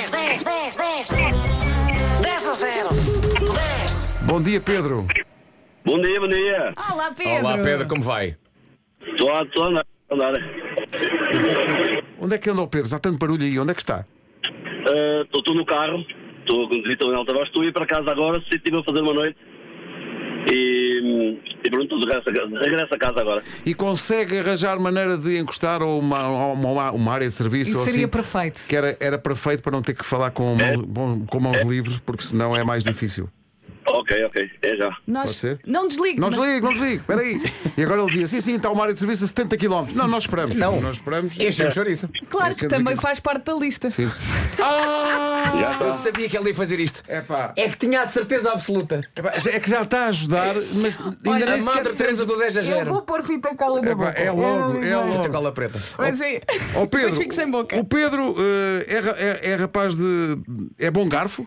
10, 10, 10, 7, 10 a 0. 10. Bom dia, Pedro. Bom dia, bom dia. Olá, Pedro. Olá, Pedro, como vai? Estou a estou a andar. a andar. Onde é que anda o Pedro? Está tanto barulho aí. Onde é que está? Ah, Estou estou no carro, estou a conduzir, estou em alta voz, estou a ir para casa agora, se estive a fazer uma noite. E, e pronto, regresso a, casa, regresso a casa agora. E consegue arranjar maneira de encostar a uma, a uma, a uma área de serviço Isso ou seria assim? perfeito. Que era, era perfeito para não ter que falar com, mãos- bom- com mãos livres, porque senão é mais difícil. Ok, ok, é já. Nós... Pode ser? Não desligue. Não desligue, não desligue, espera aí. E agora ele dizia: sim, sim, está uma área de serviço a 70 km. Não, nós esperamos. Não. Nós esperamos. Encheu o chouriço. Claro que Temos também aqui- faz parte da lista. Sim. Ah! Já Eu está. sabia que ele ia fazer isto. Epá. É que tinha a certeza absoluta. Epá, É que já está a ajudar, mas ainda a nem sequer madre temos- Teresa do 10 a Eu vou 0. pôr fita cola na Epá, boca. é logo, é logo. Fita cola preta. Mas é. Ó Depois Pedro, fico sem boca. o Pedro eh, é, ra- é- é rapaz de. É bom garfo?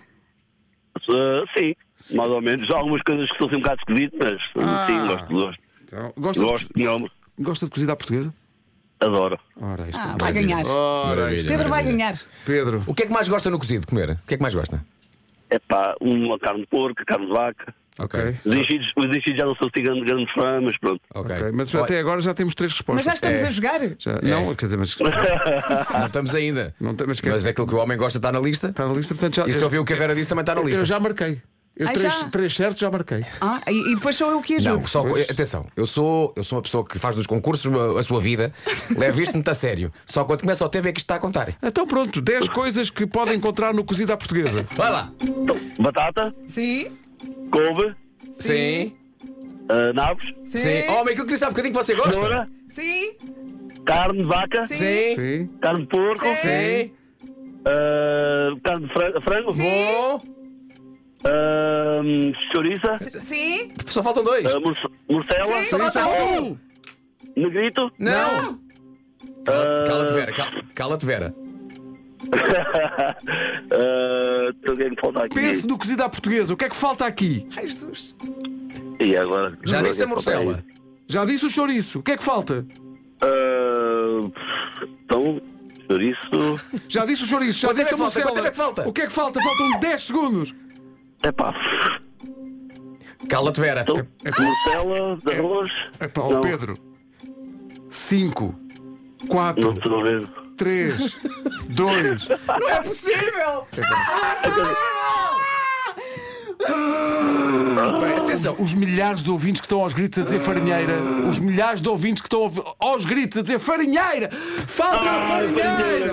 Ah, sim, mais ou menos. Há algumas coisas que estão assim um bocado esquisitas, mas Ah. sim, gosto, gosto. Então, gosta, Gosto, De, não, gosta de cozida à portuguesa? adoro. Ora, isto Ah, vai ganhar. Ora, Maravilha, isto- Pedro vai ganhar. Pedro, O que é que mais gosta no cozido comer? O que é que mais gosta? É pá, uma carne de porco, carne de vaca. ok. Os enchidos, os enchidos já não sou assim grande, grande fã, mas pronto. Ok. ok. Mas Olha, até agora já temos três respostas. Mas já estamos É. a jogar. Já- Não, quer dizer, mas Não estamos ainda. Não tem- mas mas, que- aquilo que o homem gosta está na lista. está na lista, portanto já. E se eu- ouviu o Carreira disse também está na lista. Eu já marquei. Eu Ah, três, já? três certos já marquei. Ah, e, e depois sou eu que ajudo. Não, só, atenção, eu sou, eu sou uma pessoa que faz dos concursos uma- a sua vida, leva isto muito a sério. Só quando começa o tempo é que isto está a contar. Então pronto, 10 coisas que podem encontrar no cozido à portuguesa. Vai lá! Então, batata, Sim, couve, Sim, ah, nabos, sim, sim. Homem, aquilo que disse há bocadinho que você cenoura, gosta. sim, carne de vaca, sim, Sim, Sim. carne de porco, sim. ah, carne de fran- frango, Bom, ah, chouriça, sim. só faltam dois. ah, morce- morcela, Sim, falta um. negrito, Não! Cala- Cala-te, Vera, cala- cala-te, Vera. ah, então o que é que falta aqui? Pense no cozido à portuguesa. O que é que falta aqui? Ai, Jesus. E agora? Já disse a Agora o que é que morcela. Já disse o chouriço. O que é que falta? falta aí? Ah, então, chouriço, Já disse o chouriço. Já Quanto disse a é que falta? morcela. Quanto é que falta? O que é que falta? Faltam 10 segundos. é pá, Cala-te, Vera. então, morcela, É. de arroz, Epá, não, ó Pedro. 5, não 4, estou a ver. 3, 2. Não é possível. É Atenção, os milhares de ouvintes que estão aos gritos a dizer farinheira. Os milhares de ouvintes que estão ao- aos gritos a dizer farinheira. Falta a farinheira.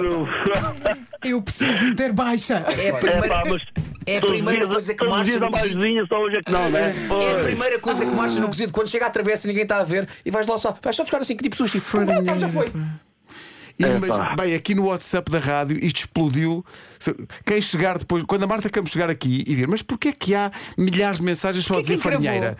Eu preciso de meter baixa. É a É primeira, pá, mas. é a todos os primeira dias- coisa que todos os marcha dias no há mais cozido. vinha, só hoje é que não, né? É a Pois. primeira coisa que marcha no cozido. Quando chega à travessa, ninguém está a ver e vais lá só. Vais só buscar assim, que tipo sushi. é Ah, já foi. E, Epá. mas, bem, aqui no WhatsApp da rádio isto explodiu. Se- Quem chegar depois, quando a Marta Campos chegar aqui e ver, mas porquê é que há milhares de mensagens só a Porquê dizer que encravou? farinheira?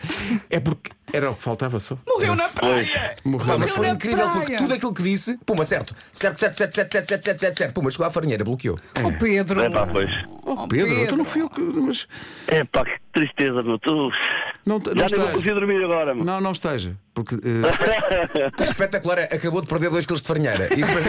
É porque era o que faltava só. Morreu na praia. Morreu. Pá, mas foi na incrível porque praia. tudo é aquilo que disse, puma, certo. Certo, certo, certo, certo, certo, certo, certo, certo, certo. Puma, chegou à farinheira, bloqueou. Oh, Pedro. É pá, pois. Oh, Pedro, tu não fui eu que. Mas É pá, que tristeza, meu. Tu. não, te- não Já nem vou esteja. conseguir dormir agora, mano. Não, não esteja. Porque. eh, Espetacular, acabou de perder 2 kg de farinheira. Isso para mim.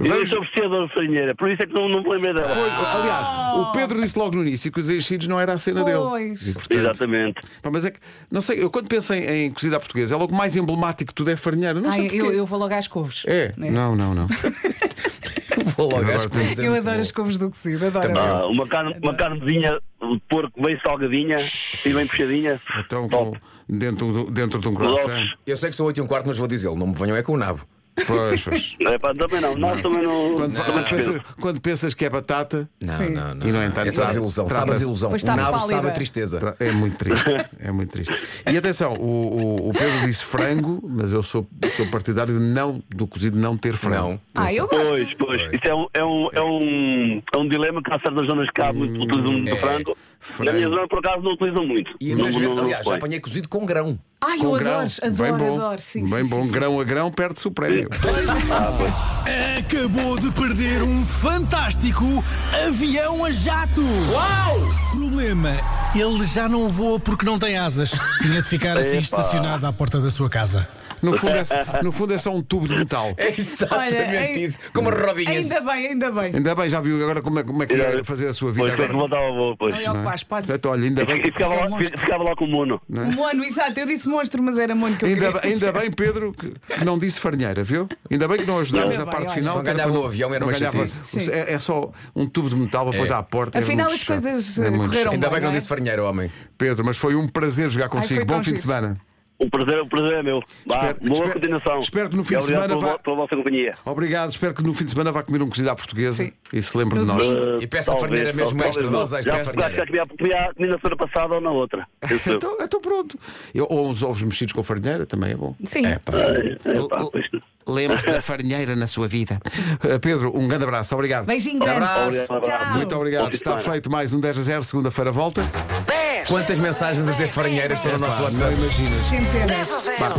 Eu sou apreciador de farinheira, por isso é que não, não me lembrei dela. aliás, o Pedro disse logo no início que os enchidos não era a cena Pois. dele. E, portanto, Exatamente. pá, mas é que, não sei, eu quando penso em, em cozida à portuguesa, é logo mais emblemático que tudo é farinheira. Não sei Ai, eu, porquê. eu vou logo às couves. É, Né? não, é não, não. Vou logo às Agora coisas. Eu adoro as couves do cozido, adoro. Também. Ah, uma, carne, uma carnezinha de porco bem salgadinha, assim bem puxadinha. Então, com- Top. dentro, do- dentro de um croissant. Lopes. Eu sei que são 8 e um quarto, mas vou dizê-lo. Não me venham é com o nabo. Pois, pois. É pá, também não. Nós também não. Quando, quando pensas, quando pensas que é batata, Não, Sim. não, não. E, no não. entanto, tá- é só sabe- desilusão. Sabe a trata-se- desilusão. Pois O tá está nabo pálida. sabe a tristeza. é muito triste. É muito triste. E atenção, o, o- o Pedro disse frango, mas eu sou, sou partidário de não, do cozido não ter frango. Não. Ah, eu gosto. Pois, pois. Isso é um, é, um, é, um, é um dilema que há certas zonas que há muito utilizam muito é. frango. Frango. Na minha zona, por acaso, não utilizam muito. E Não- muitas não- vezes, não aliás, já põem. apanhei cozido com grão. Ai, Com eu grão, adoro, adoro, bem bom, adoro. Sim, bem sim, bom sim, sim. grão a grão perde-se o prémio. Acabou de perder um fantástico avião a jato. Uau! Problema, ele já não voa porque não tem asas. Tinha de ficar assim Epá. estacionado à porta da sua casa. No fundo, é, no fundo é só um tubo de metal. É exatamente Olha, ai- isso. Com umas rodinhas. Ainda bem, ainda bem. Ainda bem, já viu agora como é, como é que é fazer a sua vida. Pois foi que Agora. levantava a mão, pois. Olha o que faz, passa. Portanto, olha, ainda E bem. ficava É um lá, monstro. ficava lá com o mono. Mono, exato, eu disse monstro, mas era mono que eu é? Ainda, queria bem- ainda dizer. bem, Pedro, que que não disse farinheira, viu? Ainda bem que não ajudámos na Ainda bem, parte olha. final. Se não que era ganhava para- o avião, se era não uma ganhava- chatice. É, é só um tubo de metal para pôr à porta. é Afinal, muito as chato. coisas, É eh, muito correram chato. Ainda bem né? que não Não é? disse farinheiro, homem. Pedro, mas foi um prazer jogar consigo. foi Bom tão fim de giro. semana. O prazer, o prazer é meu. Vá, Espero- boa espero- continuação. espero que no fim E de obrigado semana pela, vá- vo- pela vossa companhia. Obrigado, espero que no fim de semana vá comer um cozido à portuguesa Sim. e se lembre No de nós. domingo. E peça a Talvez, farinheira mesmo talvez extra, não. nós extra à Já se calhar, farinheira. acho que havia- havia comido na semana passada ou na outra. Penso eu. Então, então pronto. Eu- ou uns ovos mexidos com farinheira também é bom. Sim. É, pá. É, pá, pois. Lembre-se da farinheira na sua vida. Uh, Pedro, um grande abraço. Obrigado. Beijinho grande. Abraço. um Tchau. Muito obrigado. Bom fim de Está semana. feito mais um 10 a 0, segunda-feira volta. 10. Quantas mensagens a dizer farinheiras tem no nosso Não WhatsApp? imaginas. Centenas. 10 a 0.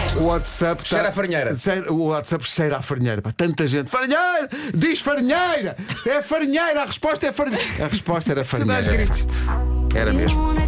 10. O WhatsApp está- Cheira a farinheira. Cheira- o WhatsApp cheira a farinheira. Pá, tanta gente. Farinheira! Diz farinheira! É farinheira! A resposta é farinheira. A resposta era Tudo aos farinheira. gritos. Era mesmo. wanna